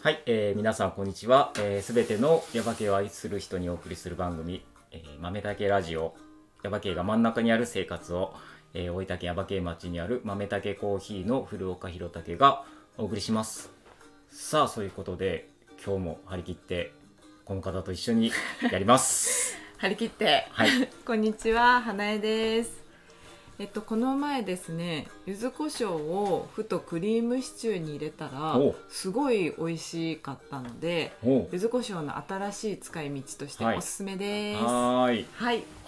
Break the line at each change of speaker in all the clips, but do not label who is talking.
はい、えー皆さんこんにちは。す、えー、べ、てのヤバ系を愛する人にお送りする番組、えー、豆竹ラジオ。ヤバ系が真ん中にある生活を、えー、大分県ヤバ系町にある豆竹コーヒーの古岡弘武がお送りします。さあ、そういうことで、今日も張り切って、この方と一緒にやり ます。
張り切って
はい。
こんにちは花江ですえっとこの前ですね柚子胡椒をふとクリームシチューに入れたら
お
すごい美味しかったので
おう
柚子胡椒の新しい使い道として
はい
おすすめですは
はーい。
い、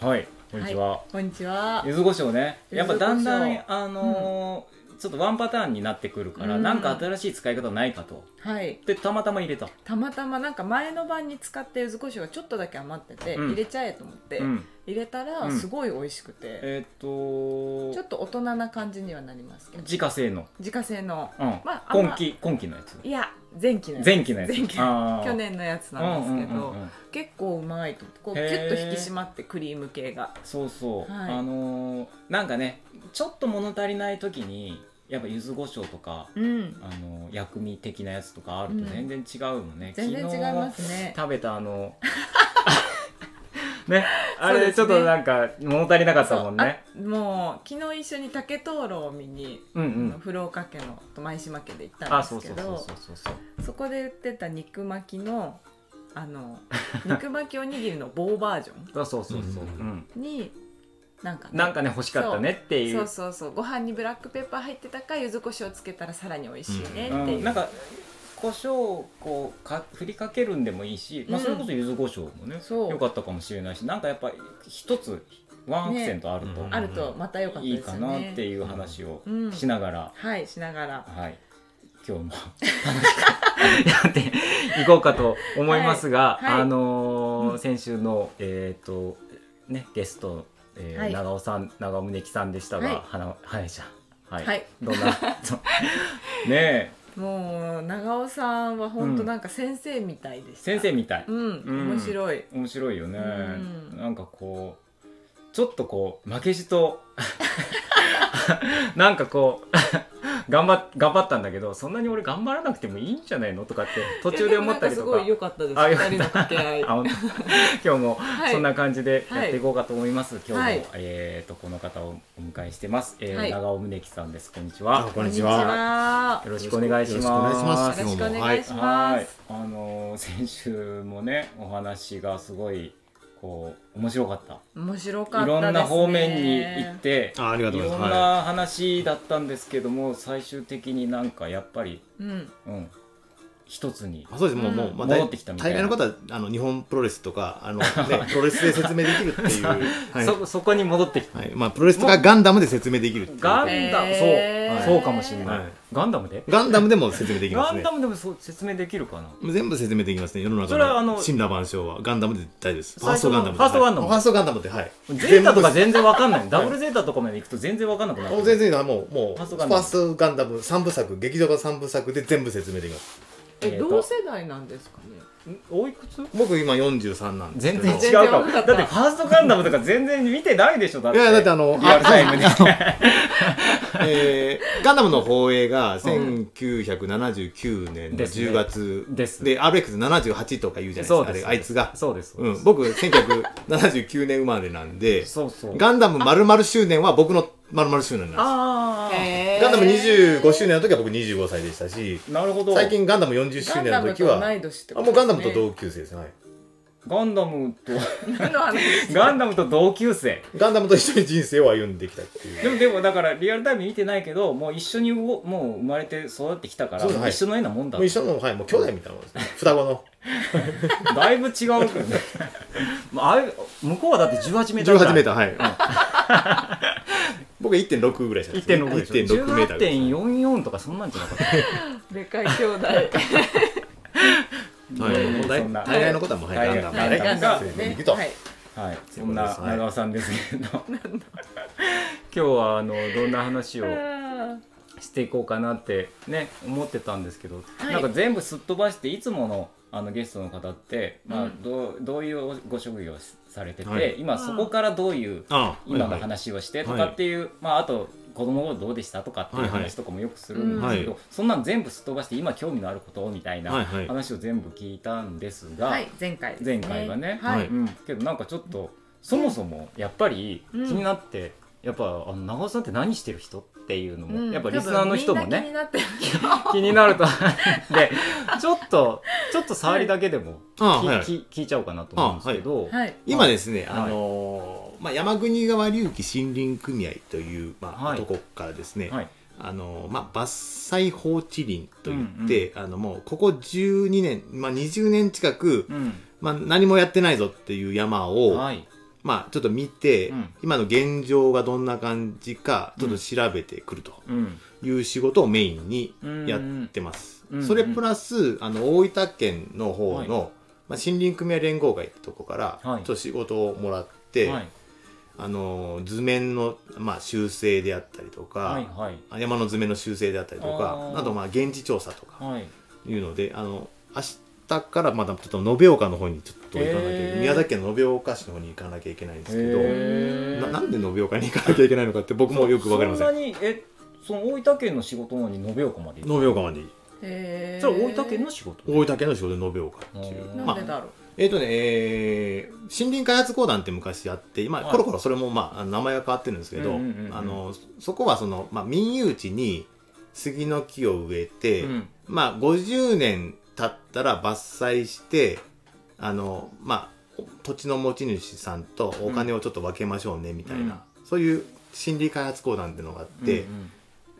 はい。こんにちは。
こんにちは
柚子胡椒ねやっぱだんだ
柚子
んあのーちょっとワンパターンになってくるから、
うん
なんか新しい使い方ないかと
はい
でたまたま入れた、
たまたまなんか前の晩に使った柚子胡椒がちょっとだけ余ってて、
うん
入れちゃえと思って、
うん、
入れたら
うん
すごい美味しくて、
えーっ
ちょ
と
っと大人な感じにはなりますけど
自家製の、
自家製の
うん
まああんま
今期今期のやつ
いや前期のやつ
前期のやつ
前期
あー
去年のやつなんですけど、
うんうんうんうん
結構うまいとこうキ
へー
ュッと引き締まってクリーム系が
そうそう、
はい
あのーなんかねちょっと物足りない時にやっぱ柚子胡椒とか、
うん
あのー薬味的なやつとかあると
うん
全然違うもんね、
全然違いますね
食べたあ のねあ
そう
れ
ですね
ちょっとなんか物足りなかったもんね
そうあもう昨日一緒に竹灯籠を見に、
うんう
あの
ん
古岡家の前島家で行った
あ
ん
そ
で
うそ
すけ
うそう
ど
そうそうそう
そこで売ってた肉巻きのあ の肉巻きおにぎりの棒バージョ
そうそうそうそう、う
うん
ん、
ンになんかね、
なんかね欲しかったねっていう
そうそうそうご飯にブラックペッパー入ってたか柚子胡椒つけたらさらに美味しいねって
う
いう、
ん、なんか胡椒をこうか振りかけるんでもいいし、まあ、
うん
それこそ柚子胡椒もね
そう
良かったかもしれないしなんかやっぱ一つワンアクセントあると、
ねうん
あるとまた良かった
い
で
い
すよ
か
ね
なっていう話を
うん
しながら、
はいしながら
はい、今日も やっていこうかと思いますが、
はいはい
あのー
うん
先週の、えーとね、ゲスト、えー
はい
長尾さん長尾宗樹さんでしたが、
はい
はなはねちゃん、はい
はい
どんなそうねえ
もう長尾さんは本当なんか先生みたいでした、
先生みたい、
うん、
うん
面白い
面白いよね、
うん
なんかこうちょっとこう負けじと なんかこう頑張っ頑張ったんだけどそんなに俺頑張らなくてもいいんじゃないのとかって途中で思ったりと
いやでもなんかすご
か
い良かったです
あ良か
二
った
人の掛け合い
あ本当 今日も
はい
そんな感じでやっていこうかと思います。今日も、
はい
えっ、とこの方をお迎えしてます。えー
はい
長尾宗樹さんです。こんにち
あ
は。
こんにち
こんにち
は。
は
よろしくお願いします。
よろしくお
は
願い
い
し。ます
はい。あのー 先週もねお話がすごいこう面白かった。
面白かった
い
ですね
ろんな方面に行って。
あ、ありが
い
とうご
ろ
ざい
ん
ます。は
な話だったんですけども、最終的になんかやっぱり、
うん
うん、一つに
い。あそうです。もう、
うん
もう、まあ、
戻ってきたみたい
大
な
概のことは、あの、日本プロレスとか、あの、 ね、プロレスで説明できるっていう。はい。
そそこに戻ってきた
はい、まあ、プロレスとか、ガンダムで説明できるっていう。
ガ
ガ
ンダム、
へー
そうそうかもしれない、
はい
ガンダムで
ンダムでも説明できま
ガ
す
ン
ね
ダ。ムでもそう説明できるかな
全部説明できますね。世の中の。
それはあの
神羅万象は、ガンダムで大丈夫です。フ
最
ァー
初
スト
の
ガンダムで。
ファーストガンダム
はいファーストガンダムで、はい。
ゼータとか
全
全然わかんないダブルゼータとかまで行くと全然わかんなくな
部。もう
る
全然いいのはもう、もう、
フ
フ
ァー
ァ
ストガンダム
ーストガンダム三部作、劇場版三部作で全部説明できます。
え
えーと
同世代なんですかね
んおいくつ
僕今43なんです
全
けど。
然違うかも
全然わ
だっ
かんな
て
かった
ファーストガンダムとか全然見てないでしょだって
いやだってあの
リアルタイ ムで
えーガンダムの放映が1979年の
ですね
10月
です
で RX78 とか言うじゃないです
そう
か
で
あ
す
れあいつが、
そうですそう
う
で
ん、
す
僕1979年生まれなんで
そうそう
ガンダム丸々周年は僕の丸々周年なんで
ああ
す
へー
ガンダム25周年の時は僕25歳でしたし
なるほど
最近ガンダム40周年の時は
ガンダムと同い年って
あ
ことですね
もうガンダムと同級生ですね、はい、
ガンダムと
何の話
ガンダムと同級生
ガンダムと一緒に人生を歩んできたっていう
でもでもだからリアルタイム見てないけどもう一緒にうおもう生まれて育ってきたから
そうですはい
一緒のようなもんだ
もう一緒のはいもう兄弟みたいなもんですね双子の
だいぶ違うけどねま ああれ向こうはだって18メーターぐらい
18メーターはい。 僕は1.6ぐらいしか
1.6でしょ
1.6メーターぐらいです。
18.44とかそんなんじゃなかった
でかい兄弟
はい
うん
もう大
そんな
大概のことはもうはい
はい
ガンダム
は
はいい
はい
ガンダ
ガ
ム
ンダム
行くと
はい
はい、
とい
そ
うんことで
な
すはい
長尾さんですけど、今日はあのどんな話を
あ
していこうかなってね思ってたんですけど、
はい
なんか全部すっ飛ばしていつものあのゲストの方って、まあ
うん
どうどういうご職業をされてて、
はい
今そこからどういう
ああ
今の話をしてとかっていう、まああと子供頃どうでしたとかっていう
はいはい
話とかもよくするんですけど、
は
そんなん全部すっ飛ばして今興味のあることみたい
はい
な
はい
話を全部聞いたんですが、
はい、前回です
前
ね、
回はね
はい
はい
うん、けどなんかちょっとそもそもやっぱり気
うん
になって、やっぱあの長尾さんって何してる人っていうのも、
うん
やっぱリスナーの人も
多分みん
ね
な気になってる
気になると でちょっとちょっと触りだけでも
あ
聞,、
はい
聞聞いちゃおうかなと思うんですけど、
はい
今ですね、
はい
あのーまあ、山国川流域森林組合という、まあ
はい
とこからですね、
はい
あのーまあ、伐採放置林といって、あのもうここ12年、まあ、20年近く、
うん
まあ、何もやってないぞっていう山を、
はい
まあ、ちょっと見て、
うん
今の現状がどんな感じかちょっと調べてくると
うん
いう仕事をメインにやってます。
うんうん
それプラスあの大分県の方の、まあ、森林組合連合会ってとこから、
はい
ちょっと仕事をもらって、
はい
あの図面の、まあ、修正であったりとか、
はいはい
山の図面の修正であったりとか
あー
あとまあ現地調査とか
はい
いうのであの明日からまだちょっと延岡の方にちょっと行かなきゃいけ
へー
宮崎県の延岡市の方に行かなきゃいけないんですけど。
へー
ななんで延岡に行かなきゃいけないのかって僕もよくわかりませ
そん
ん
なにえその大分県の仕事なのに延岡まで行く
延岡まで
へー
それは大分県の仕事
大分県の仕事で延岡っていう
うん
なんで
まあ、
だろう、
えっ、とね、えー森林開発公団って昔あって今、
はい
コロコロそれも、まあ、あの名前が変わってるんですけど、
うんうんうんうん
あのそこはその、まあ、民有地に杉の木を植えて、
うん
まあ、50年経ったら伐採してあの、まあ、土地の持ち主さんとお金をちょっと分けましょうねみたいな、そういう森林開発公団っていうのがあって、
うん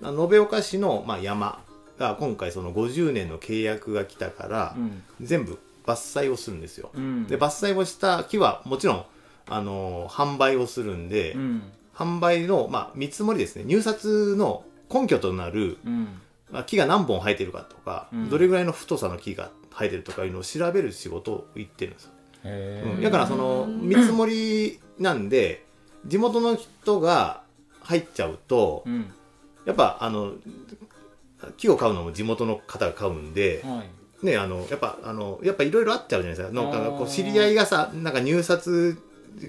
あの延岡市の、まあ、山が今回その50年の契約が来たから、
うん
全部伐採をするんですよ、
うん
で伐採をした木はもちろん、あのー販売をするんで、
うん
販売の、まあ、見積もりですね入札の根拠となる、
うん
まあ、木が何本生えてるかとか、
うん
どれぐらいの太さの木が生えてるとかいうのを調べる仕事を言ってるんですよ、
へ
うん
ー
だからその
うん
見積もりなんで地元の人が入っちゃうと、
うん
やっぱあの木を買うのも地元の方が買うんで、
はい
ね、あのやっぱあのやっぱいろいろあっちゃうじゃないですか農家がこ
あ
う
ー
知り合いがさなんか入札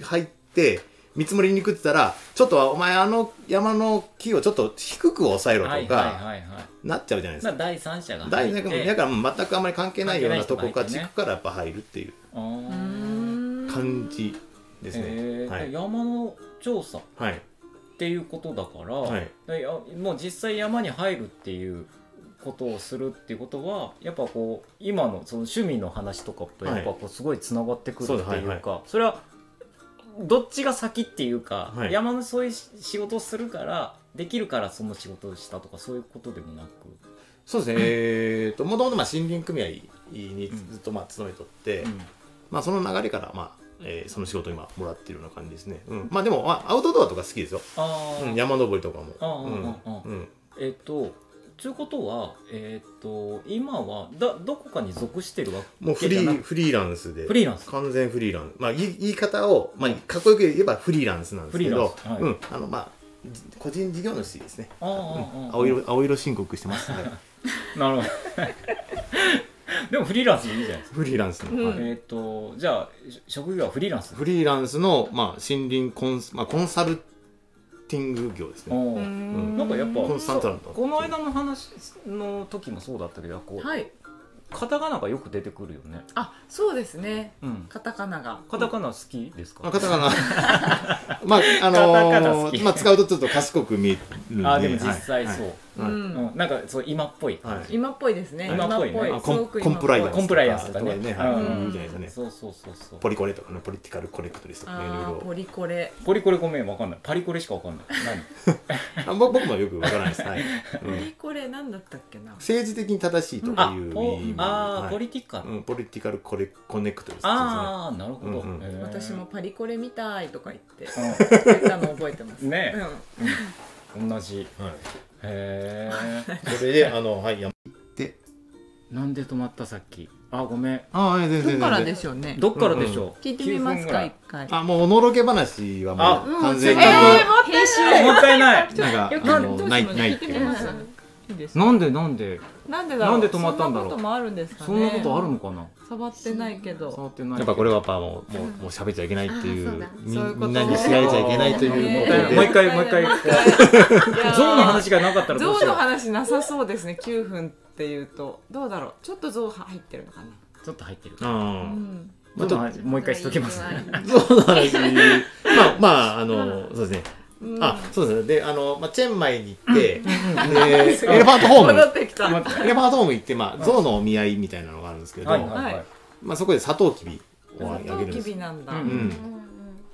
入って見積もりにくってたらちょっとはお前あの山の木をちょっと低く抑えろ
はい
と
はい
か
はいはい
なっちゃうじゃないです
まあ
か。
第三者が
大
入っ
学も
て
だからもう全くあんまり関係ないようなとこから
関係
地
ない人が入ってね
区からやっぱ入るっていう
あー
うん
感じです
へ
ね。
ー
はい
山の調査っ
はい
ていうことだから、
はい
でやもう実際山に入るっていうことをするっていうことはやっぱこう今のその趣味の話とかとやっぱこうすごいつながってくるっていうか、
そうですはい
それはどっちが先っていうか、
はい
山のそういう仕事をするからできるからその仕事をしたとかそういうことでもなく
そうですね、えーともともとまあ森林組合にずっとまあ勤めとって、まあ、その流れから、まあえーその仕事を今もらってるような感じですね、うん、まあでも、まあ、アウトドアとか好きですよ、
あー
うん、山登りとか
あ
も
ー
うん
あーあー
うん
えっとということは、えっと今はだどこかに属してるわ
もうフ
け
リ
じゃなく
ーフリーランスで
フリーランス
完全フリーランス、まあ、言い言い方を、まあ、かっこよく言えばフリーランスなんですけど
フリーランスはい
うんあのまあじ個人事業主ですね
あーあーあー
青色青色申告してま す、はい
なるほどでもフリーランスでいいじゃないですか、
フリーランスの、
うん
はい
えっ、とじゃあし職業はフリーランス
フリーランスの、まあ、森林コン,、まあ、コンサルティング業ですね
おー
ん
なんかやっぱ
コンスタントなんだ
そうこの間の話の時もそうだったけどこう、
はい
カタカナがよく出てくるよね、
あそうですね
うん、
カタカナが
カタカナ好きです
まあ、
か、
カタカ ナまああの
カタカナ好き
まあ、使うとちょっと賢く見えるんで
ああでも実際そう、
はい
うん
うん、なんかそう今っぽい感じ、
今っぽいですね
今っぽいね
あ
す
コン
ごく
コンプライアンス
コンプライアンスとかね
とかね
うん
はい
うん
いいじゃない
ですかね
そうそうそうそう
ポリコレとかねポリティカルコレクトですとかねい
あー
ろ
ポリコレ
ポリコレごめんわかんないパリコレしかわかんない
いろあぼ僕もよくわからないです、はいうん
ポリコレなんだったっけな
政治的に正しいとかい
何あ
う
ポ
意味
あー、
はい
ポリティカル、
うん、ポリティカルコレコネクトです
ああなるほど、
うんうん
へー
私もパリコレみたいとか言って
うん
言ったの覚えてます
ねえ
う
同じ
そうで
へえ
すねはい、それであのはいやで
なんで止まったさっきあごめん
ああ全然
んどっからで
ょ
しょうね
どっからでしょう、
聞いてみますか一回
あもうおのろけ話はもう
うん
完全に、
えーもったいない
もったいない
なん か
よく
あの
どうし
な
まし
い
ょう
ないって
聞いて
い
み
う
ますいいですね
なんでなんで
なんでだろう
なんで止まったんだろう
そんなこともあるんですかね
そんなことあるのかな
触ってないけど
触ってない
やっぱこれはやっぱもうもうもう喋っちゃいけないっていう
あそうだ
み
そういうこと
みんなに知られちゃいけないという
も
こ
ったいない
とで
もう一回もう一回
もう一回
ゾウの話がなかったら
ゾ
どうし
ウ
よ
の
う
話なさそうですね9分っていうとどうだろうちょっとゾウ入ってるのかな、
ちょっと入ってる
う
うんん、
まあち
ゾ
ょっ
ウの話もう一回しときますね
とまあまああのそうですね
うん
あそうですねであのまあチェンマイに行って
うん
でエレファントホーム
戻ってきた
ま
は
た
エレファントホーム行ってまあ象のお見合いみたいなのがあるんですけど
はいはいは
はい
い
まあそこでサトウキビをあ
サト
げる
ウ
ん
キ
です
ビなんだ、
う
うんん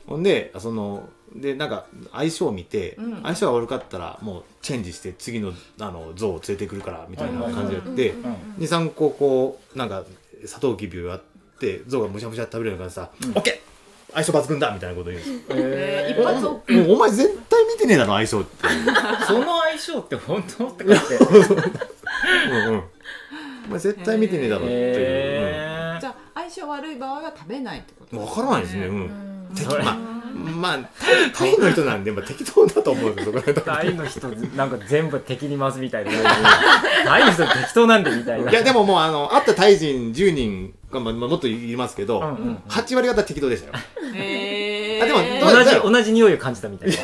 ほんでそのでなんか相性を見て、
うん
相性が悪かったらもうチェンジして次のあの像を連れてくるからみたいな感じで、で23個こうなんかサトウキビをやって象がむしゃむしゃって食べれるからさ「
うん
オッケー相性抜群だ!」みたいなこと言うんですよ
えー
え
一発
もうもうお前絶対見てねえだろ相性って、
ーその相性って本当って感じ で
うんうんお前絶対見てねえだろっていう、
へ
じゃあ相性悪い場合は食べないってこと
うん、分からないですね、う
ね
ん、
ー
適
それ
まあま あタイタイの人なんで、まあ、適当だと思うんですよそこら辺
タイの人なんか全部敵に回すみたいなタイの人適当なんでみたいない
やでももうあの会ったタイ人10人が、まあ、まあもっといますけど、
うんうんうん
8割方適当でしたよ
えー、
あでもどう
同じ同じ匂いを感じたみたいな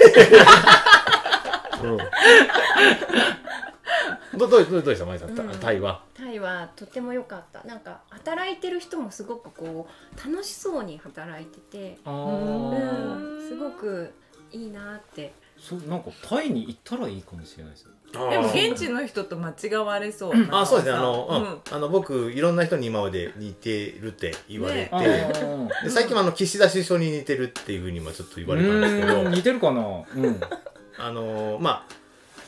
どどうどうでした舞さん、たタイは
タイはとても良かったなんか働いてる人もすごくこう楽しそうに働いてて
あ
う
ー
んすごくいいなって
そうなんかタイに行ったらいいかもしれないですよ
でも現地の人と間違われそう
あそうですねあの、うん
うん
あの僕いろんな人に今まで似てるって言われて、
あー
で最近はあの岸田首相に似てるっていうふうにもちょっと言われたんですけど、
うん似てるかなうん
あのまあ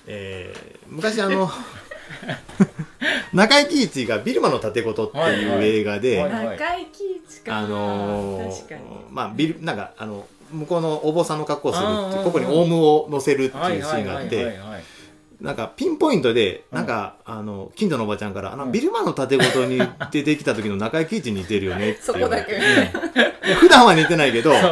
えー昔あの中井貴一が「ビルマの盾事」っていう映画で、
はいはいはい
中井貴一か
あのー
確かに
まあビルなんかあの向こうのお坊さんの格好をする
あ
ってい
ー
うここにオウムを乗せるって
はいいう
シ
は
ー
い
ンが
は
あっ
いはい
て
はい
なんかピンポイントで
うん
なんか、あの近所のおばちゃんから「あの
うん
ビルマの建て事に出てきた時の中井貴一に似てるよね」って
そ
言
こ
われ
だ
て
け
普段は似てないけど
そう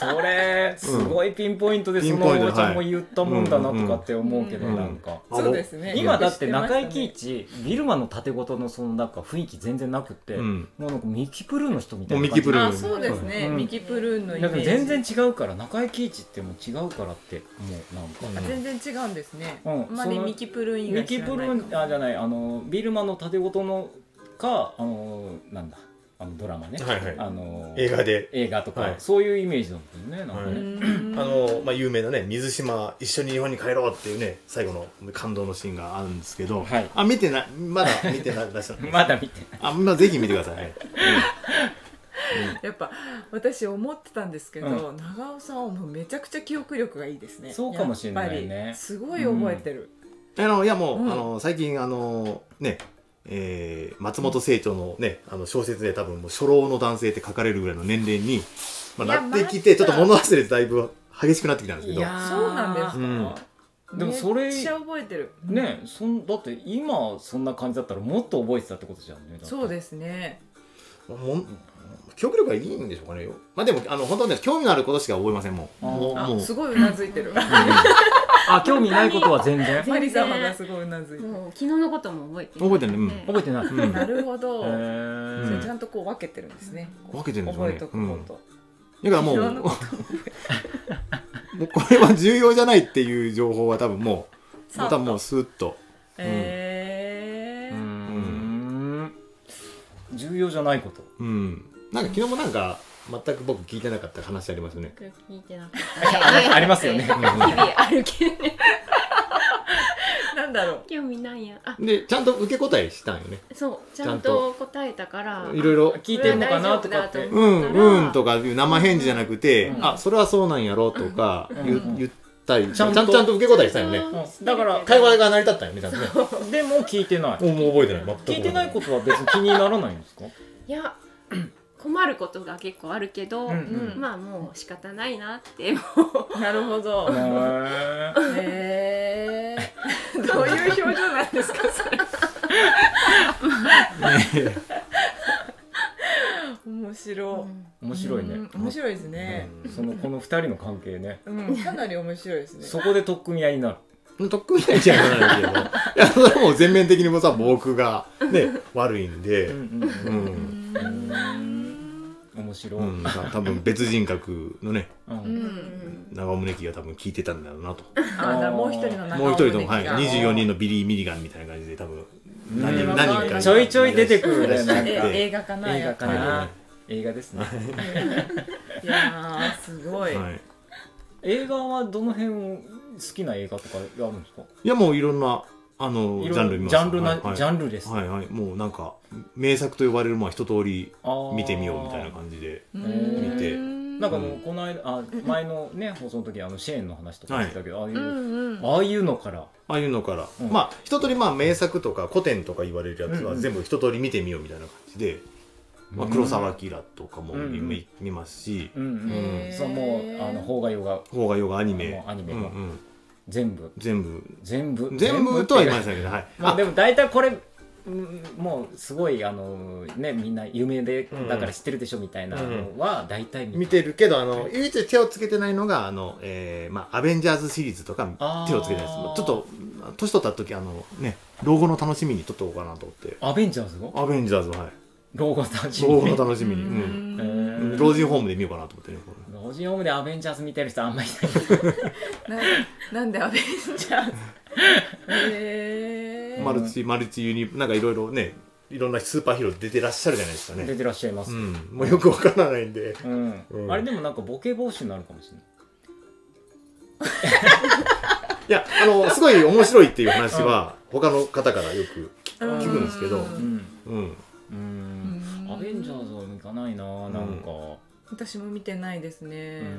それすごいピンポイントで
ピ
そ
ン
のお
ポイント
ばちゃんも
はい
言ったもんだなとかって思うけど
うんうん
なんか
あの
そうですね
今だって中井貴
一
一ビルマの縦ごとのそのなんか雰囲気全然なくって
うん
もうなんかミキプルーンの人みたいな
もうミキプルーン
あそうですね、
うん
ミキプルーンのイ
い
メ
や
ー
で
ジ
も全然違うから中井貴一ってもう違うからってもうなんか
うん
あ全然違うんですね、
うん
あんまりミキプルーン以
ミ
外知
キ
ら
プル
ない
ーンあじゃないあのビルマの縦ごとのかあのなんだあのドラマね
はいはい
あの
映画で
映画とか、
はい
そういうイメージなんですよねなんかね、
は
う
い
ー
あ
ん
の、まあ、有名なね水島一緒に日本に帰ろうっていうね最後の感動のシーンがあるんですけど、
はい
あ見てないまだ見てないらっしゃ る
まだ見てない
あ、まあ、ぜひ見てください、
やっぱ私思ってたんですけど、
う
長尾さんはもうめちゃくちゃ記憶力がいいですね
そうかもしれないね
やっぱりすごい覚えてる、
あのいやもう、
うん
あの最近あのねえー松本清張のね、あの小説で多分もう初老の男性って書かれるぐらいの年齢に、ま
い
あ、
や
なってきてちょっと物忘れてだいぶ激しくなってきたんですけど
いやー
そうなんですか、
うんでもそれ
めっちゃ覚えてる、
ねそんだって今そんな感じだったらもっと覚えてたってことじゃんねだって
そうですね
もう記憶力がいいんでしょうかねまあでもあの本当ね興味のあることしか覚えませんも
あ
んもう
あ
もう
すごいうなず いてる
あ興味ないことは全然
然
マリ様がすごいうなずいてる
もう昨日のことも覚えて
覚えてるねうん
ええ
覚えてない、
うん
なるほど、
えー
それちゃんとこう分けてるんですね
分けてるんですか
覚
ね
えとくこと、
だからも
いろ
うん
な
も
こ
うこれは重要じゃないっていう情報は多分もう
さあ
またもうスーッと
え
うー
ー
ん重要じゃないこと
うんなんか昨日もなんか全く僕聞いてなかった話ありますよね
聞いてなかっ
あありますよね
た日々ある けどね
なんだろ
興味ないやあ
でちゃんと受け答えしたんよね
そうちゃんと答えたから
いろいろ
聞いてんのかなとかって
こ
う
れは大丈夫だ
ん
と思ったら
うんとかいう生返事じゃなくて、
うん
あそれはそうなんやろとか言,、
うん
言ったり
ち
ち
ゃ
ゃ
ん
ん
と
とちゃんと受け答えしたよね
うんだから
会話が成り立ったよねちゃんとね
でも聞いてない
もう覚えてない全く覚え
聞いてないことは別に気にならないんですか
いや 困ることが結構あるけど、
うん
うん
まあもう仕方ないなっても
うなるほど
へー
えー、 どういう表情なんですかそれ 面
う
白
面白いね、
うん面白いですね
そのこの二人の関係ね
うん、かなり面白いですね
そこで取っ組み合いになる
得意なんじゃないかないけどいやそれはもう全面的にもさ僕がね悪いん
う
で
んうん
う
うん
ん、
面白
う
い、
んた多分別人格のね
うん
うん
長宗樹が多分聞いてたんだろうなと
あーだからもう一人の仲間
もう一人の、はい、
が
24人のビリー・ミリガンみたいな感じで多分何
う
人
ん
何人か
ちょいちょい出てくるね
いらっしゃっ
なん
え
か
映画かな
映画かな、
は
映画ですね
いやーすごい、
はい、
映画はどの辺を好きな映画とかあるんですか
いやもういろんなあの
い
ジ
ろいろ
ャンル見ます
ジャンルな、
はいはい
ジャンルです、
はいはいもうなんか名作と呼ばれるまあ一通り見てみようみたいな
じ
感じで
見
見
て
なん
ん
かもうこの間あ前のね放送の時あのシェーンの話とかしてたけど、ああいうう、
んうん
ああいうのから
ああいうのから、
うん
まあ一通りまあ名作とか古典とか言われるやつ
うん
は
うん
全部一通り見てみようみたいな感じで、まあ、
うん
黒澤明とかも
うん
見,、
うん
見ますし
うんうん、
へー
そうもうあの邦画洋画
邦画洋画アニメ
もうアニメ
うん
も
うん、
全部
全部
全部
全部とは言いま
せん
せんけどはい
まあでも大体これうんもうすごいあのねみんな有名で
うん
だから知ってるでしょみたいなのは大体見
見てるけどあの唯一手をつけてないのがあの、えーまあ、アベンジャーズシリーズとか
あー
手をつけてないですちょっと年取った時あのね老後の楽しみに撮っとこうかなと思って
アベンジャーズの
アベンジャーズははい
老後たち
老
に
後
ね
の楽しみに、うん
うん
うん老人ホームで見ようかなと思ってねこれ
老人ホームでアベンジャーズ見てる人あんまりいない
ななんでアベンジャーズへー
マルチマルチユニなんかいろいろねいろんなスーパーヒーロー出てらっしゃるじゃないですか
出
ね、
てらっしゃいます
う、ん、もうよくわからないんで
うん
うん
あれでもなんかボケ防止になるかもしれない
いやあのすごい面白いっていう話は他の方からよく
うん
聞くんですけど
う
うん
うん
うん
うん
アベンジャーズは行かないななんか、
私も見てないです
う
ね、
ん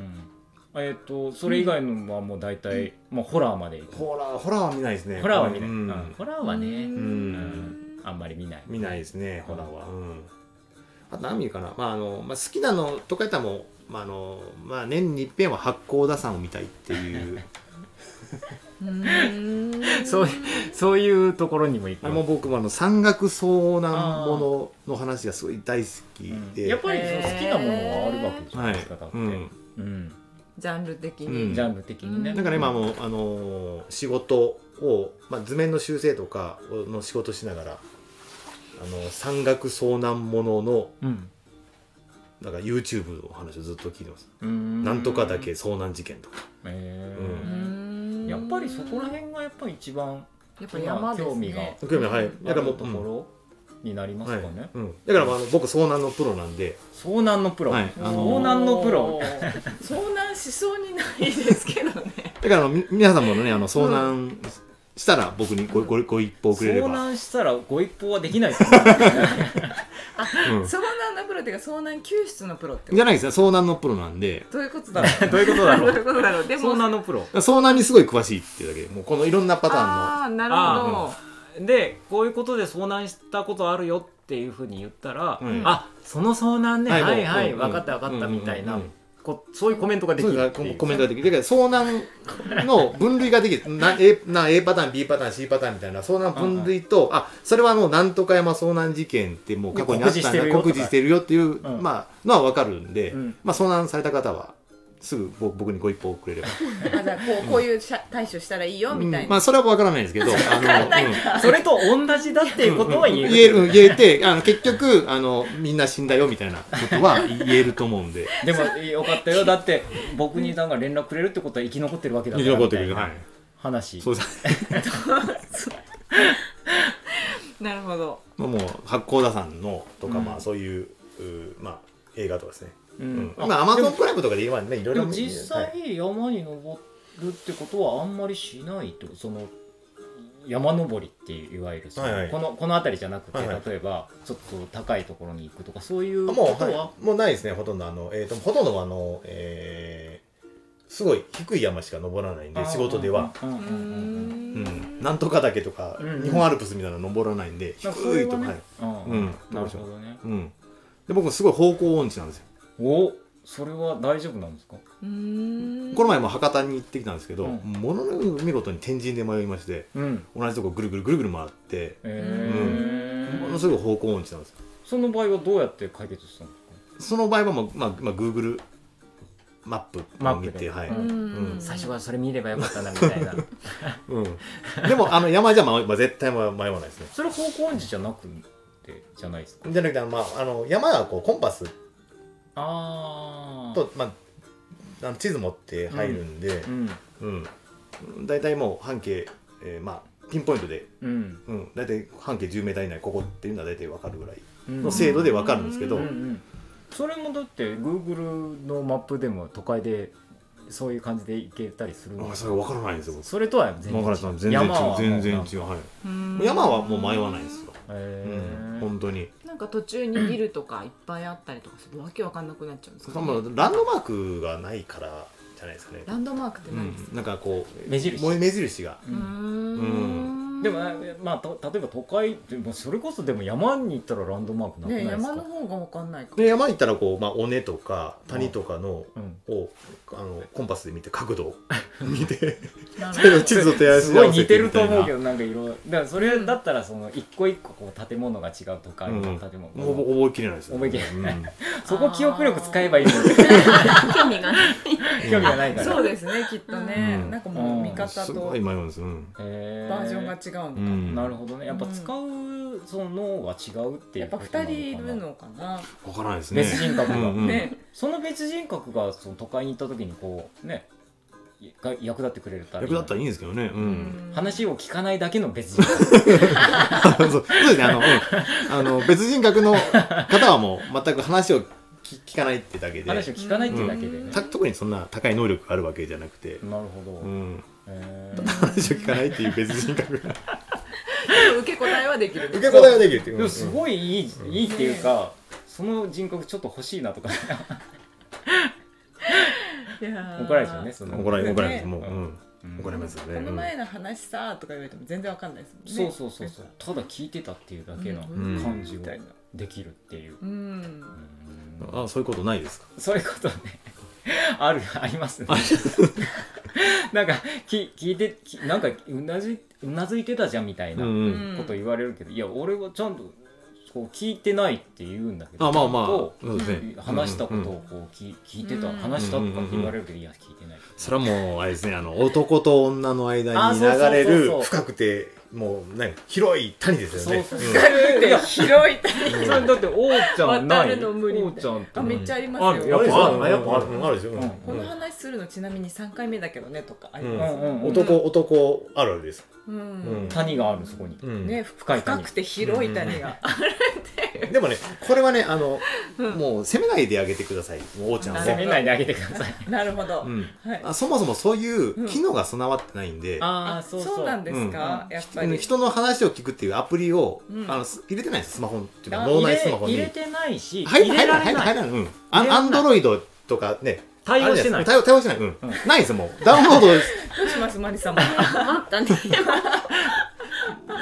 えっとそれ以外のはもう大体、まあ、ホラーまで行く
ホラーホラーは見ないですね
ホラーは見ない、
う
うん
ん
ホラーはね、
うん
うんあんまり見ない
見ないですね、
うん
ホラーは。うん、あと何見るかな、まああのまあ、好きなのとかやったらもう、まああのまあ、年に一遍は八甲田山を見たいって いう、
うん
そうそういうところにも行
あもう僕もあの山岳遭難ものの話がすごい大好きで、
やっぱりその好きなものはあるわけじゃないですか、だって、
うん、
うん
ジャンル的
う
に
ん
ジャンル的にね、
うん
だから今もう、あの仕事を、まあ、図面の修正とかの仕事しながら、あの山岳遭難ものの
うん、
なんか YouTube の話をずっと聞いてます。
うん
なんとかだけ、遭難事件とか。
え
う
ー
ん
やっぱりそこら辺がやっぱり一番
やっぱ山ですね
興味が
興味がはい
あ
だからも
る
う
ところになりますかね、
うん、だから、まあ、あの僕遭難のプロなんで、
遭難のプロ、
はいあの
遭難のプロ
おー遭難しそうにないですけどね
だからあのみ皆さんもねあの遭難したら僕にごごご一報くれれ
遭
ば、
難したらご一報はできないですね
うん
遭難のプロっていうか遭難救出のプロって
じゃないですね遭難のプロなんで
どういうことだろ う
どういうことだ
どう
ろ
いう
う
ことだろうでも
遭難のプロ
遭難にすごい詳しいっていうだけでもうこのいろんなパターンの
ああなるほ
でこういうことで遭難したことあるよっていうふうに言ったら、
うん
あその遭難ねはいはい、
もう
分かった分かったみたいな、
うんうんうん
こそういうコメントができ
そ
る
うで
っ
す
てい
ね
う
コメントができるだから遭難の分類ができ るな A, な A パターン B パターン C パターンみたいな遭難分類と、あそれはもうなんとか山遭難事件ってもう過去にあったんだ
告示してるよとか
告示してるよっていう、
ん
まあ、のは分かるんで、
うん
まあ、遭難された方はすぐ僕僕にご一報くれれば。
どあじゃあこうこういうしゃ対処したらいいよみたい
ま
な
あそれは分からない ですけど、あの、うん
それと同じだっていうことは言える
言える、言えて、あの結局あのみんな死んだよみたいなことは言えると思う んで、
でもよかったよだって僕になんか連絡くれるってことは生き残ってるわけだ
生
か
き
ら
残ってる
みたい
は。
ない話
そうです。
なるほど
まあもう八甲田山のとか、
うん
まあそういううまあ映画とかですね。
う
うんん、まあアマゾンプライムとかで今ねいろい
で
ろ
も
見
実
は
際
い
山に登るってことはあんまりしないとその山登りっていわゆるその、
はいはい
このこの辺りじゃなくて、
はいはい
例えばちょっと高いところに行くとかそういう
あ
こと
もう
は、
はいもうないですねほとんどあのえっ、とほとんどはあの、えー、すごい低い山しか登らないんで仕事では。
うんうん
うー
うんうん
うんん、なんとか岳とか、
うん
日本アルプスみたいなの登らないんで低
なんかそれ
いと
は
か、
ね
はい
うん
うん
なるほどね
うん、で僕すごい方向音痴なんですよ
おそれは大丈夫なんですか
うーん
この前も博多に行ってきたんですけど、
うん
ものの見事に天神で迷いまして
うん
同じとこぐるぐるぐるぐる回って
えー
ものすごい方向音痴なんですよ
その場合はどうやって解決したんですか
その場合はもう、まあまあ、Google マップ
マ
を
ッ
見
プで
て、はい
うん
うん
最初はそれ見ればよかったなみたいな
うん、でもあの山じゃ迷まあ絶対迷わないですね
それ方向音痴じゃなくてじゃないですか
じゃなくて、まあ、あの山はこうコンパス
ああ
と、まあ、あの地図持って入るんで
う、ん
うん大体もう半径、えーまあ、ピンポイントで、
うん
うん、大体半径 10m 以内ここっていうのは大体分かるぐらい
うん
の精度で分かるんですけど、
うんうんそれもだって Google のマップでも都会でそういう感じで行けたりするの
あそれ分からないんですよ僕
それとは全然
分からない全然
山は
違
も
う
う
全然違う、はい山はもう迷わないですよ、う
へ
ん
ー
本当に
なんか途中にビルとかいっぱいあったりとかするわけわかんなくなっちゃうんです
そ
か、
の
ね、
ランドマークがないからじゃないですかね、
ランドマークって
う
何です
ん、なんかこう
目印
もう目印が
うん
うん
でもねまあと例えば都会でもそれこそでも山に行ったらランドマークなくない
ね
ですか、
山の方がわかんないか
で山行ったらこう、まあ、尾根とか谷とかの
うん
をあのコンパスで見て角度 を見て
な
それを
る
地図と手足
す
で合
ごい
わせ
似て
み
ると
たいな
思うけどなんか色々だからそれだったらその一個一個こう建物が違う都会
うん
の建物、
もう覚えきれないですよ
覚えきれ
ない、うん
そこ記憶力使えばいいのに興
興味がない
味がないか
ほど
ら
そうですねきっとね、
うん
なんかもう見方
す
と
ごい迷うんです、うん
へー
バージョンが違うのか
う
な、
ん、
なるほどねやっぱ使うその脳は違うってい
や
う
っぱ
こ
2
となのかな
人いるのかな、
分からないですね
別人格が、
うんうん
ね
その別人格がその都会に行った時にこうねが役立ってくれるたら
役立ったらいいんですけどね、うん、
話を聞かないだけの 別人格
そうそうですねあの,、うん、あの別人格の方はもう全く話を聞聞かないってだけで
話を聞かないっていうだけでね、
た特にそんな高い能力があるわけじゃなくて、
なるほど、
うん、
え
話を聞かないっていう別人格が
でも受け答えはできる
受け答えはできるってい
ー
う
でもす
い、
ごいいい,、いいっていうかその人格ちょっと欲しいなとか
いやー
怒られちゃうねそ
うん
の
怒られ怒られま
ね
すもう、うん
うん
怒られますよね、
こ
うん
の前の話さとか言われても全然わかんないですもんね
そうそうそうそうただ聞いてたっていうだけの
うん
感じを
みたいな
できるっていう、
うん
うん
あそういうことないですか
そういうことね あるありますね なんかき聞いてきなんかうなずいうなずいてたじゃんみたいな
うんうん
こと言われるけど、いや俺はちゃんとこう聞いてないって言うんだけど
あまあまあ
ちゃんと
そうですね
話したこ
うん
と
うん
をこう聞聞いてた、
うん
話したとかって言われるけど、いや聞いてない
それはもうあれですねあの男と女の間
あ
に
そうそう
流
そうそう
れる深くてもうね広い谷ですよね
そうそう
うん
深い
で広いって
それだって王ちゃんな
渡
い
るの無理
王ちゃんって
あ
ない
めっちゃありま
や
すよ
っぱあるね
やっぱあるうんあるでしょ、うん
うん
この話するのちなみに3回目だけどねとかあり
うん
ます
うんうん
男男あるあるです、
うん
うん
谷があるそこに、
うん
ね
深い
深
谷
くて広い谷が
でもねこれはねあの、
うん
もう責めないであげてくださいもう王ちゃんを
なる
攻めないであげてください
なるほど
うん
はい
あそもそもそういう
うん
機能が備わってないんで、
あ
あ
あそ
そうう
そう
なんですか
うん
やっぱり
人の話を聞くっていうアプリを、
うん
あのす入れてないんですスマホっていうか
あ
脳
入れ
内スマホに
入れてないし
入
入れ
ら
ら
な
れ
い入らない入
ない
らないうんあ
入れら
ア
れない
ンドロイドとかね
対応して
あ
な
れ
い
じゃですか対応対応してない、うん
うん
ないですもうダウンロード
どうしますマリさんも
あったね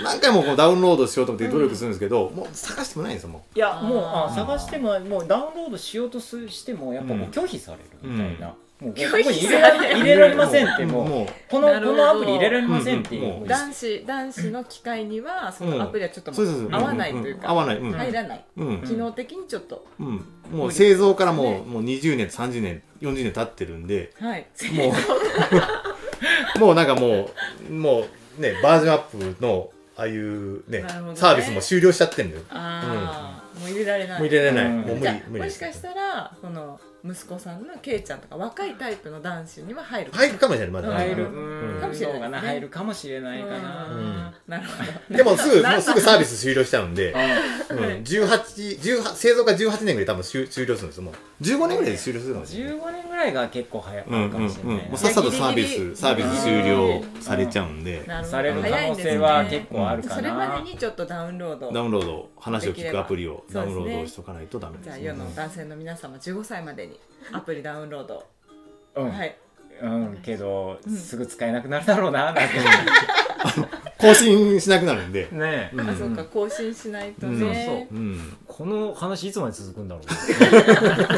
何回もこうダウンロードしようと思って努力するんですけど、もう探してもないんですよも
いやもうあ
あー
探してももうダウンロードしようとすしてもやっぱもう拒否されるみたいな、もうここ
拒
に
否
入
さ
れ
れる
られ
う
入れられませんってもう
も
この
なる
こ
ほど
のアプリ入れられませんっていう,、
うんうんもう
男子男子の機会にはそのアプリはちょっと
うそうそうそう
合わないという
合
か
わないうん
入らない
うん
機能的にちょっと
うん、もう製造からもう,、もう20年30年40年経ってるんで
はい
も うもうなんかもうもうねバージョンアップのああいうね
なるほどね
サービスも終了しちゃってるのよ
ああ、もう入れられない。
もう入れられない、
うん
もう無
じゃ
理
あ
無理
も
で
し
す
かしたらその息子さんのケイちゃんとか若いタイプの男子には入る。
入るかもしれないまだ、
入る、
うん
うん、
かもしれないですね
入るかもしれないかな、
うんなるほど。
でもすぐ
な
もうすぐサービス終了しちゃうんで、
う
うん、18 18製造から18年ぐらいで多分終終了するんですよもう15年ぐらいで終了するの
ん、
で、
15年ぐらいが結構早いか
うんうんう
も
ん
しれないな、
もうさっさとサービ
ギリギ
ス
リ
サービス終了されちゃうんで、
なるほど
される可
早い
能
んです
性
ね
は結構あるかな、
それまでにちょっとダウンロード。
ダウンロード話を聞くアプリを
できれ
ダ
ば
ウンロ
そうです
ード
ね
しとかないとダメです
じゃあ
ね
世の男性の皆様15歳までにアプリダウンロード。
うん
はい。
うん、けど、すぐ使えなくなるだろうななんて
更新しなくなるんで、
ねえ
うん
あそうか更新しないと
うん
ね。
うん、
この話いつまで続くんだろう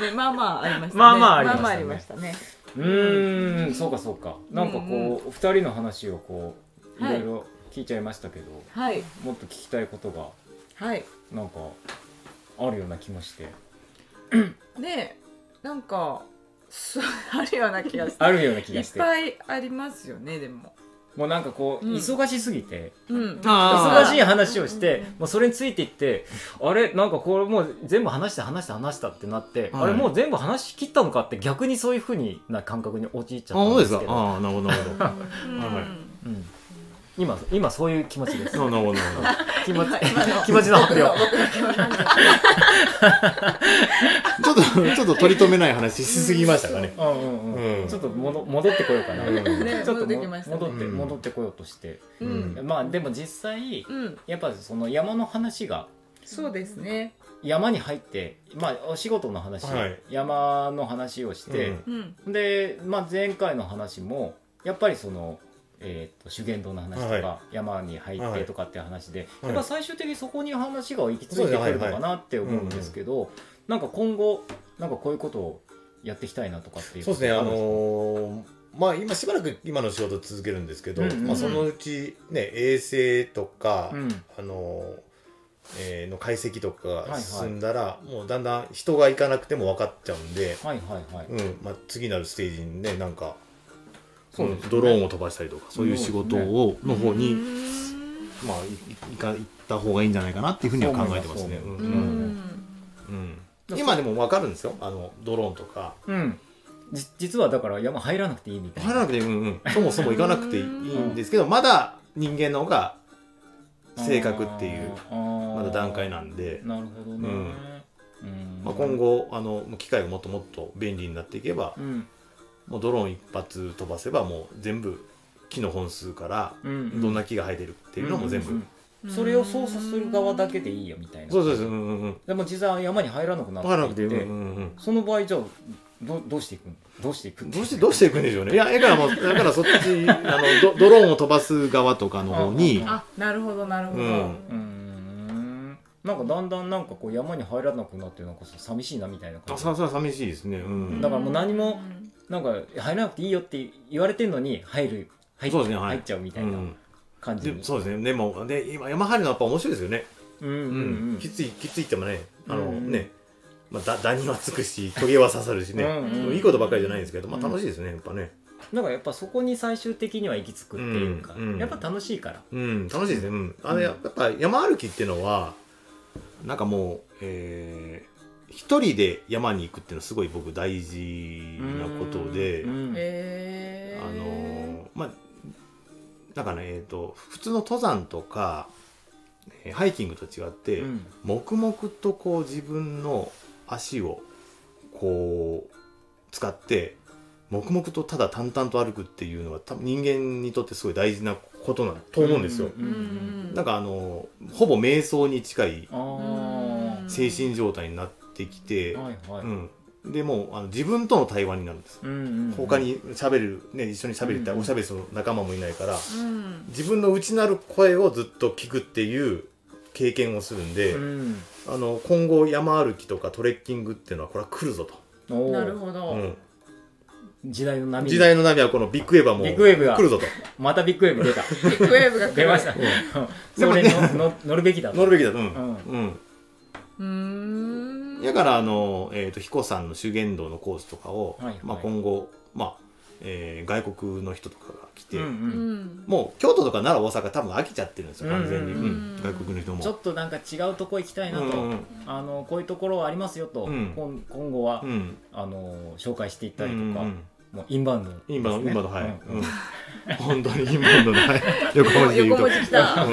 ねまあまあありましたね。
まあまあありましたね
まあありましたね。
うーん、そうかそうか。なんかこう、
うん
お二人の話をこうい
はい
ろいろ聞いちゃいましたけど、
はい
もっと聞きたいことが
はい。
なんかあるような気もして。
でなんかす あるような気がして
あるような気
い
が
っ
して
ぱいありますよねでも、
もうなんかこう、
うん
忙しすぎて
うん、
あー
忙しい話をして、
うんうんうん
もうそれについていってあれなんかこれもう全部話した話した話したってなって、
はい
あれもう全部話し切ったのかって逆にそういうふうにな感覚に陥っちゃ
あ
ったん
本当
で
です
す
か
けど
ああなるほどなるほどはいはい
うん、今今そういう気持ち です
そうなるほどなるほど
気持ち
今の
気持ちの発表
ちょっと、 ちょっと取り留めない話しすぎましたかね。
うんうんうん
うん
ちょっと戻戻ってこようかな、
うん
ね
ちょっと
戻ってきましたね
戻って
うん
戻ってこようとして、
うん、うん
まあでも実際
うん、
やっぱその山の話が
そうですね
山に入ってまあお仕事の話、
はい
山の話をして、
うん
で、まあ、前回の話もやっぱりその、えー、と修験道の話とか、
は
山に入ってとかっていう話で、
は
や
い
っぱ最終的にそこに話が行き着いてくるのかなって思うんですけど、なんか今後なんかこういうことをやっていきたいなとかっていう
そうですね、あのーまあ今しばらく今の仕事続けるんですけど、
うんうん
まあそのうちね、衛星とか、
うん
あのーえーの解析と
い
か
は
が
い
進んだら、もうだんだん人が行かなくても分かっちゃうんで、
はいはいはい、
うんまあ、次なるステージにねなんか
そうですね
ドローンを飛ばしたりとかそういう仕事を、の方
う
に、
ん
まあ、いいか行った方がいいんじゃないかなっていうふうには考えてますね。
そう思います
うんうん今でも分かるんですよあのドローンとか
うん、じ実はだから山入らなくていいみたい
入
な
らなくていい、うんうん、そもそも行かなくていいんですけどまだ人間の方が正確っていう
あー
まだ段階なんで、
なるほどね、
うん
うん
まあ、今、後あの機械がもっともっと便利になっていけば
うん
もうドローン一発飛ばせばもう全部木の本数から
うんうん、
どんな木が生えてるっていうのも全部、
んんうんそれを操作する側だけでいいよみたいな
そうそうそううんうんうん
でも実際山に入らなくな
分からなく
って
て
い
い
って
い、うんうんうん
その場合じゃあどどうしていくのどうしていく
どうしてどうしていくんでしょうねいやだからもうだからそっちあのドドローンを飛ばす側とかの方に
あ
あなるほどなるほど、
うん
うーんなんかだんだんなんかこう山に入らなくなってなんかさ寂しいなみたいな感
あ
じ
ささ寂しいですねうん
だからもう何もなんか入らなくていいよって言われてんのに入る入っ
そうですねはい
入っちゃうみたいな
うん
感じ
で
に
そうですねでもで今山入るのはやっぱ面白いですよね
うんうんうん
きついきついってもねあ
う
の、
んうん
ね、まあ、だダニはつくしトゲは刺さるしね、
うんうん
でもいいことばかりじゃないんですけど、ま
う
あ、
ん
楽しいですねやっぱね
なんかやっぱそこに最終的には行き着くっていうか、
うんうん
やっぱ楽しいから
うん楽しいですね、うん、あのややっぱ山歩きっていうのはなんかもうえー一人で山に行くっていうのはすごい僕大事なことで、
うん
えー
あのーまあなんかねえっ、と普通の登山とかえーハイキングと違って、
うん
黙々とこう自分の足をこう使って黙々とただ淡々と歩くっていうのは多分人間にとってすごい大事なことなんと思うんですよ、
うんうん
なんかあのほぼ瞑想に近い
あー
うん
精神状態になってきて、
はいはい、
うん、でもうあの自分との対話になるんです、
うんうんうん
他に喋るね一緒に喋りたい
うん
おしゃべりする仲間もいないから
うん
自分の内なる声をずっと聞くっていう経験をするんで、
うん
あの今後山歩きとかトレッキングっていうのはこれは来るぞと、
おー
なるほど、
うん
時代の波に
時代の波はこのビッグウェーブはもう
ビッグウェーブが
来るぞと
またビッグウェーブ出 た
ビッグウェーブが来る
出ました、
ん
それにのの乗るべきだと
乗るべきだと、うんんうん
うーん
だからあの、えー、と彦さんの修験道のコースとかを、
はいはい
まあ、今後、まあえー外国の人とかが来て、
うん
う
うん
ん
もう京都とか奈良大阪多分飽きちゃってるんですよ完全に、
うん
うん
うん外国の人も
ちょっとなんか違うとこ行きたいなと、
うんうん
あのこういうところはありますよと、
うん
今今後は、
うん
あの紹介していったりとか、
うんうん
もうインバウンドですね、
今の、今の、はい。
う
うんん、本当に今の、 はい。横文字で言うと。
横文字来た
うん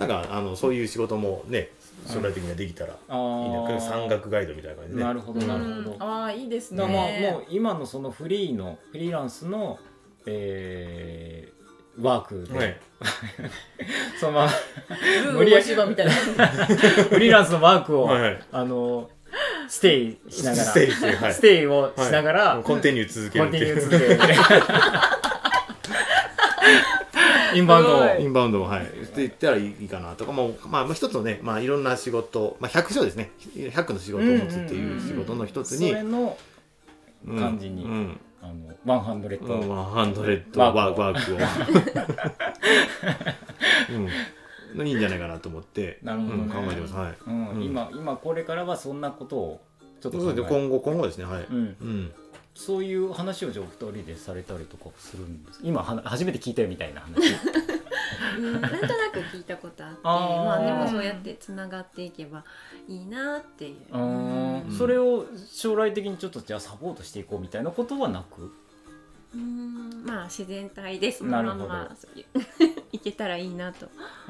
なんか、あの、そういう仕事もね、将来的にはできたらい
あー
いね。山岳ガイドみたいな感じでね。
なるほどなるほど、
うんああいいですね
だからまあもう今のそのフリーのフリーランスの、えーワークで、
はい。
そのまま
うん
無理やり
大芝みたいな
フリーランスのワークを、
はい。
あのステイしながら
ステイしてはい
ステイをしながら、
はいコンティニュー続け
コ
るっ
ン
て
ティニュ
い
ー続
う。
けて インバウンドを
すご
インバウンドも、はい。って言ったらいいかなとか、もう、まあ、一つのね、まあ、いろんな仕事、まあ、100章ですね。100の仕事を持つっていう仕事の一つ
そ
に
れ、の
うん
感じに
うん。
あのワンハンドレッド、
うん、ハンドレッド
ワ
ワ
ー
ー
ク
ク
を
ワー クを。うん、いいんじゃないかなと思って、
なるほど
うん
ね
考えてます。はい。
うん
うん
今今これからはそんなことをちょっと
そうですね
考え
今後今後ですねはい、
うん、
うん、
そういう話をじゃあお二人でされたりとかするんですか今はな初めて聞いたよみたいな話
うんなんとなく聞いたことあって
あー
まあでもそうやってつながっていけばいいなっていう
あー
うん
それを将来的にちょっとじゃあサポートしていこうみたいなことはなく
うんまあ自然体でその
なる
ま
ほど
んまそういういけたらいいなと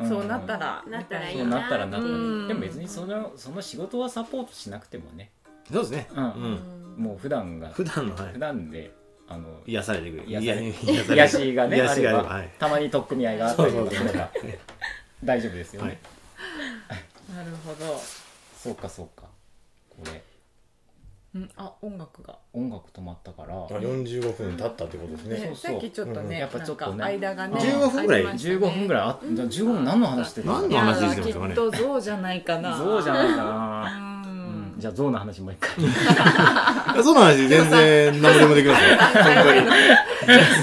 そうなったら
なったらい
そ
いう
なったらなったら、
うん
でも別にそのその仕事はサポートしなくてもね、
そうですね、
うん
うん
もう普段が
普段の、はい
普、段であの
癒されてくる
癒され
癒
癒しがね
癒
あ
し
れ
があれば
ば、
はい
たまに取っ組み合いがあったりとかすれば
そうそう
大丈夫ですよね、
はい
なるほど、
そうかそうかこれ
うん、あ音楽が、
音楽止まったから、
あ45分経ったってことです
ね
そうそう
さっきちょっと
うん
ね、
やっぱちょっとね
なんか間がね
15分ぐらい
ありましたね
15分ぐらいあっじゃあ15分何の話してる
何
い
の
や
話して
ー
ま
き
したかね
っと象じゃないかな
象じゃないかな、
う
うんん、じゃあ象の話もう一回
いやそうなんです全然何でもできます よ本当 に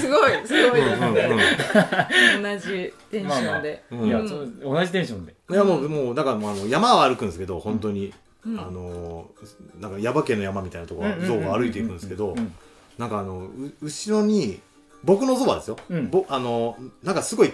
すごいすごいなので、
うんうんうん
同じテンションで、
うん
いやそう同じテンションで
いやもうもうだからもうあの山は歩くんですけど本当に、
うん
あのーなんか耶馬渓の山みたいなところ象が歩いていくんですけど
うん
なんかあのう後ろに僕のそばですよ、
うん
ぼあのなんかすごい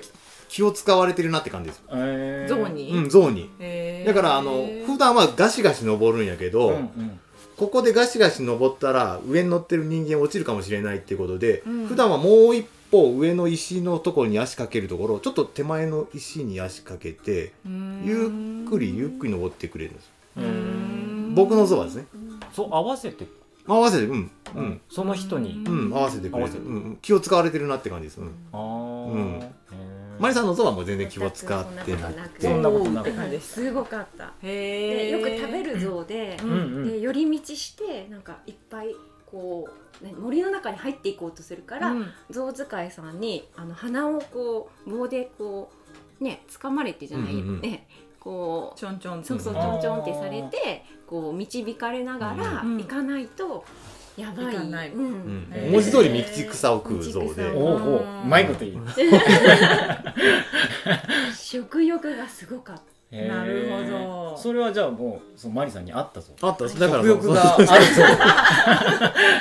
気を使われてるなって感じですよ、
えー
象に、
うん、象に
へー
だからあの普段はガシガシ登るんやけど、
うんうん
ここでガシガシ登ったら上に乗ってる人間落ちるかもしれないっていうことで、
うん
普段はもう一歩上の石のところに足かけるところちょっと手前の石に足かけてゆっくりゆっくり登ってくれるんですよ
うーん
僕のそばですね
そう合わせて、
合わせてうんうん
その人に、
うん、合わせてく
合
れ
わ
る
せ、て
うんうん、気を使われてるなって感じです、うん、
あー
うん
へー
マリさんのそばも全然気を使ってなくて
そんなことな
く
く
て感じです
すごかった
へ
で
え
よく食べる像で,、
うんうん
で寄り道してなんかいっぱいこう何森の中に入っていこうとするから、
うん
象使いさんにあの鼻をこう棒でこうね掴まれてじゃない、
うんうんうん
ねこう
ちょんちょん
そうそうち
ん
ょんちょんってされてこう導かれながら
うん
行かないとやば
行
い,、
かない
うん
うん
へー
文字通り道草を食う像
道草
で
おうおううまいこと言う、
食欲がすごかった
へー
なるほど
それはじゃあもうそのマリさんに合ったぞ
あっただから
食欲 があるぞ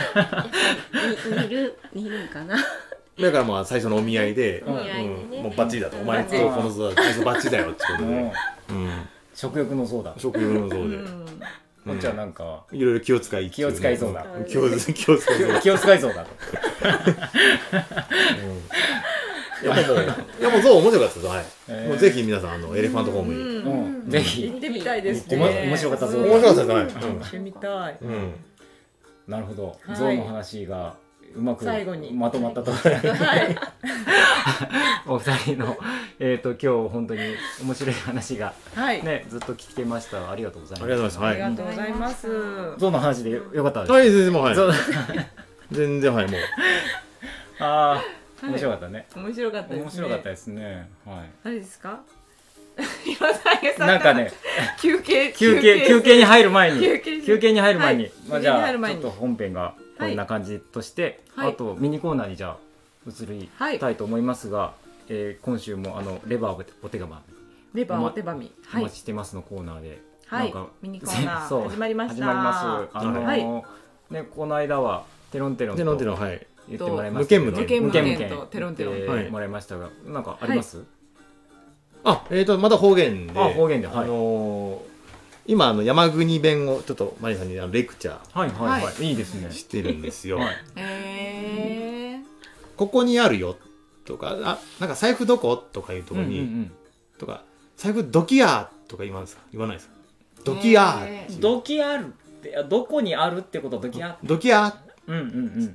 に煮る煮るんかな
だからまあ最初のお見合いで、
お見
合いでね
うんもうバッチリだと、
うん
お前とこの像は最初バッチリだよってこ
う
と
ん
で、うん、
食欲の象だ
食用の像で、
うん
こっちはなんか
いろいろ気を使い
気を使いそうだ
気を使い気を使いそうだ
気を使いそうだと
いやもういやもう像面白かったですはい、
えー
もうぜひ皆さんあのエレファントホームに、
うん
うんぜひ
行ってみたいですね
おも面白かったぞ
面白かったですはい、
行ってみたい
うんうん
なるほど
はい
象の話がうまく
最後に
まとまったところで
はい
お二人のえっと今日本当に面白い話が
はい、
ねずっと聞けましたありがとうござい
あ
ま
りがとうございますした
あ
は
り
い
がとうございます
象の話でよよかった
は
で
い先生もうはい
す象の
全然はいもう
ああ面白かったね
面白かったですね
面白かったですねはい
何ですか 岩崎さん
なんかね
休憩
休憩休憩に入る前に
休憩
休憩に入る前に、
はい
まあ
休憩に
じゃあ
入
ち
る
ょ
前
っ
に
と本編がこんな感じとして、
はい
あとミニコーナーにじゃあ移りたいと思いますが、えー今週もあのレバーお手紙
レバーお手紙
お
はい
待ちしてますのコーナーで、
はい
なんか
ミニコーナ ー
そう
始まりました
始まりますあのー
はい
ねこの間はテロンテロン
でので
と
のはい
言ってもらいましたけど
無
無限
無限
無限
無限
とテロンテロン
言ってもらいましたがなんかあります、
あえーとまた方言で
あ方言ではい
あのー今あの山国弁をちょっとマリさんにあのレクチャ
はいはいは、
はい
い、いですね
ーしてるんですよ、
はい
え
ここにあるよとかあなんか財布どことかいうところに、
うんうん
とか財布ドキアーとか言わないですか言わないですかドキアー
へ
うんどきあるってあどこにあるってことどきあって
ドキアー
うんうんう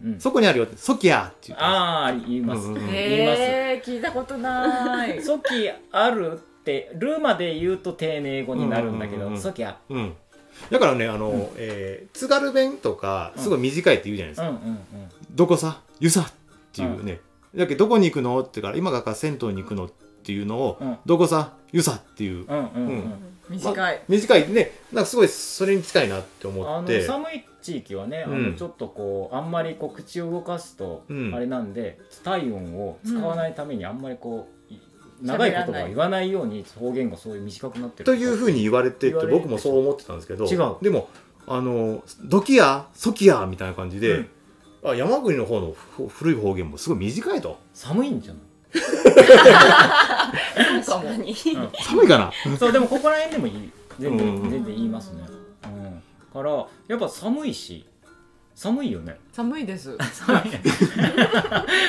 んうん。
そこにあるよってソキアーって言ってま
ああ言います。
うんうんう
言い
ん
ます。
えー聞いたことない
ソキあるってルーマで言うと丁寧語になるんだけ
うんうんうん
ど、
うん
ソキあ
す、うん、だからねあの、えー津軽弁とかすごい短いって言うじゃないです
うん
か
うんうん。
「どこさゆさ」っていうね、だけど「どこに行くの?」ってから「今がから銭湯に行くの?」っていうのを
うん
「どこさゆさ」ってい
うん
う、
うんう。
うん
短い
短いねなんかすごいそれに近いなって思
あ
っ
の
て
寒い地域はね、あ
う
の
ん
ちょっとこうあんまりこう口を動かすと
うん
あれなんで、体温を使わないためにあんまりこうい長い言葉を言わないように方言がそういう短くなってる。
というふうに言われてて
言われる
僕もそう思ってたんですけど
違う
でもあのドキやソキやみたいな感じで、
うん
あ山国の方のふ古い方言もすごい短いと
寒いんじゃない
確かに
寒いかな
そうでもここら辺でもいい全然,、
うんうん
全然言いますね、うん、からやっぱ寒いし寒いよね
寒い です
寒いね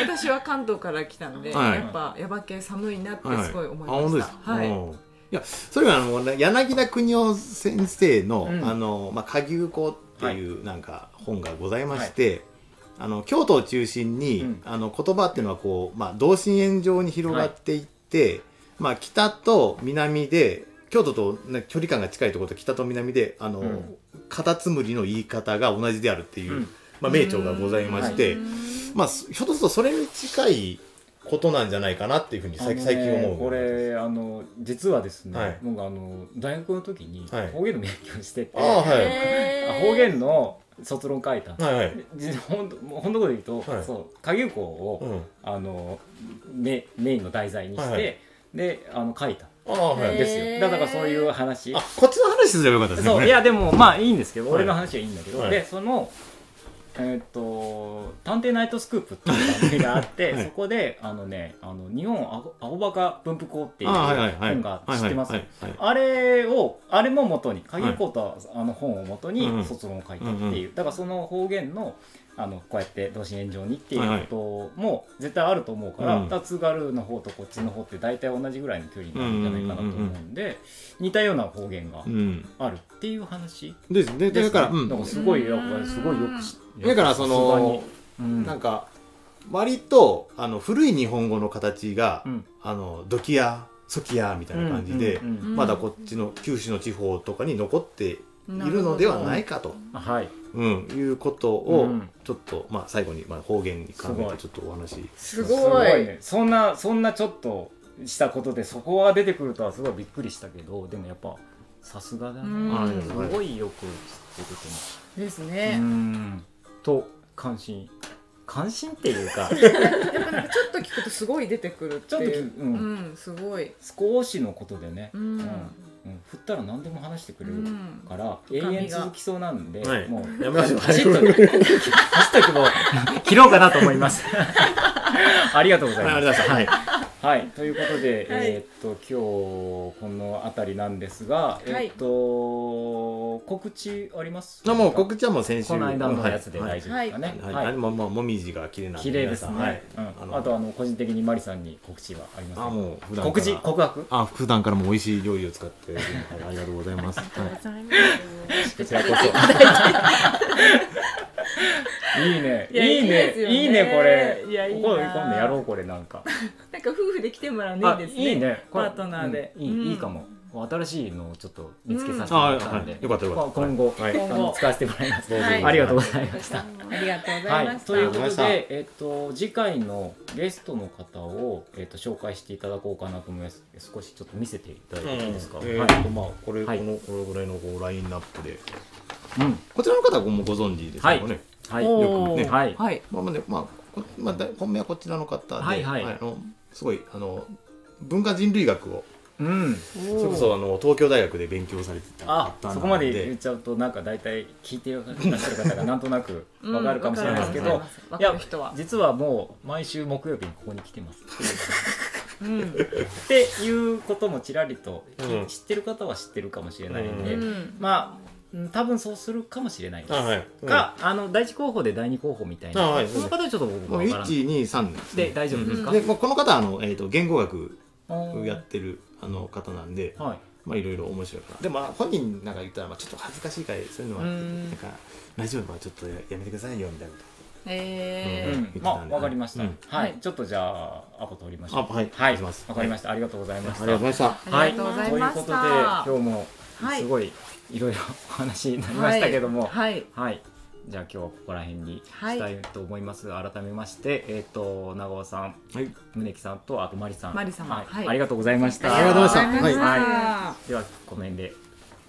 私は関東から来たんで、
はい
やっぱヤバ系寒いなってすごい思い
あ
ま
本
し
当です
た
か、
はい、
うんいやそれがあのね柳田邦夫先生の「
うん
あのまあ、下牛語」っていうなんか本がございまして、あの京都を中心に、
うん
あの言葉っていうのはこう、まあ、同心円状に広がっていって、まあ、北と南で京都と、ね、距離感が近いところと北と南であの、
うん
カタツムリの言い方が同じであるっていう、
うん
まあ、名著がございまして、
うん
まあ、ひょっとするとそれに近いことなんじゃないかなっていうふうに
あの
最
ね
近最近思う
これあの実はですね、
はい
僕あの大学の時に
はい
方言の勉強してて、
ああはい、
へー
方言の卒論書いた、
はいはい。
実本当もう本当のこと 言うと、
はい
そう下牛校を、
うん。
あのメメインの題材にして、
はいはい
であの書いた
ああ、は
ん
い。
ですよ、
へー
だからそういう話
あ、こっちの話すればよかったですね。
そ
こ
う
れ
いやでもまあいいんですけど、
はい
俺の話はいいんだけど、
はい
でそのえーっと「探偵ナイトスクープ」っていう番組があって、
はい
そこであのねあの日本アホアホバカ文福校っていう
あはいはいはい。
本が知ってます
はいはいはい
あれをあれも元に鍵子とはあの本を元
う
に
ん
卒論を書いたっていう、
うんう
だからその方言のあのこうやって同心円状にってい
はいうはい
ことも絶対あると思うから、
うん
二津軽の方とこっちの方って大体同じぐらいの距離になるんじゃないかなと思うんで、似たような方言が
うん。
あるっていう話
ですね。
です、ね、
だから、う
だか
ん
ら。すごいよこれすごいよく知って
だから、その、、
うん、
なんか、割と、あの、古い日本語の形が
う、ん
あの、ドキや、ソキや、みたいな感じで
う、んうんうん
ん
まだこっちの九州の地方とかに残っているのではないかと、
あはい
うん、いうこと
う
を
ん、
ちょっと、まあ、最後に、まあ、方言に関
すご
連
い
てちょっとお話し
す
すご
ご
い
いねそんなそんなちょっとしたことでそこは出てくるとはすごいびっくりしたけどでもやっぱさすがだ
うん
ねすごいよく知ってると思
です
うう
ね、
んと感心感心っていう か
やっぱなんかちょっと聞くとすごい出てくるって
ちょっとき、
いううんんすごい
少しのことでね、
う
うん
ん
うん振ったら何でも話してく
う
れる
ん
から、
深みが
永遠続きそうなんで、
はい
もう
やめましょう
走っと く走っとくも切ろうかなと思います ありがとうございます、
はいありがとうございま
はい、ということで、
はい
えーっと今日この辺りなんですが、
い
えーっと告知あります
あもう告知はもう先週
この間のやつで大丈夫ですかね。
はい、
はい
あれもまあもみじが綺麗なん
綺麗ですね。
皆さんはい
うん
あ
あ
の
とあの個人的にマリさんに告知はありますか
あもう普段から
告知告白
あ普段からも美味しい料理を使っている ので、はい、ありがとうございます。はい
ございます
こちらこそ。いいね、
いや
いい
いいですよ
ね、
ね
いいねこれ。
いやいいな
ここ今度やろうこれなんか。
なんか夫婦で来てもらう
あ
のいいですね
いいね。これ
パートナーで
うんいいいいかも。新しいのをちょっと見つけさせてもらったん
うんあは
で、
いよかったよかった
今後
はい
あの使わせてもらいます。
どうぞ
はい
ありがとうございました。
ありがとうござ
はいい
ま、した、
というこ
ありがとうご
と
ざいま
で、えっと、次回のゲストの方を、えっと、紹介していただこうかなと思います。少しちょっと見せていただいていいですか。
え
は
ー
い、
とまあこれ、
はい
このこれぐらいのこうラインナップで
うん、
こちらの方はもうご存知ですよね。
はいはい、よ
おー
くね、はい、
はい
まあまあねまあこまあだ本命はこちらの方で、
はいはい
あのすごいあの文化人類学を
うん、
それこそあの東京大学で勉強されてた
あ、
方なの
そこまで言っちゃうと、なんか大体聞いてらっしゃる方がなんとなくわかるかもしれないですけ
うん
ど。
わ
い
か
や
る人は、
実はもう毎週木曜日にここに来てます。
うん
っていうこともちらりと、
うん
知ってる方は知ってるかもしれないんで、
う、
うん
まあうん多分そうするかもしれないです。
あはいうん
か、あの第一候補で第二候補みたいな、
あはい
その方はちょっと僕も
も
わ
う
からん
一二三ですね
で大丈夫ですか、
でもうこの方はあのえっ、と言語学
うん
やってるあの方なんで、
はい
まあいろいろ面白いから。でもまあ本人なんか言ったらまあちょっと恥ずかしいからそういうのは
う
なん
ん
かラジオはちょっとやめてくださいよみたいなこ
え
う
ー
ん
うん
まあわかりました、
うん
はい、
はい
ちょっとじゃあアポ取りまし
と。
ょう
はい
はい
します。
わかりました、ありがとうございました
ありがとうございました。
ありがとうござい
という
ま
こ
し
とで
た、
今日も
はい
すごいいろいろお話になりましたけどもはい、
はい
じゃあ今日はここら辺に
はい
したいと思います、改めましてえっ、と長尾さん
はい。
宗木さんとあとマリさん
マリ様
はい
はい
ありがとうございました
ありがとうございまし
あ
た
りがとうございました
はではこの辺で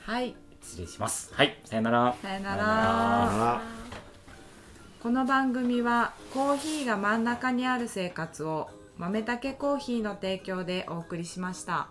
はい、
失礼しますはいさよなら
さよな
さよな
ら
ら
あ
この番組はコーヒーが真ん中にある生活を豆たけコーヒーの提供でお送りしました。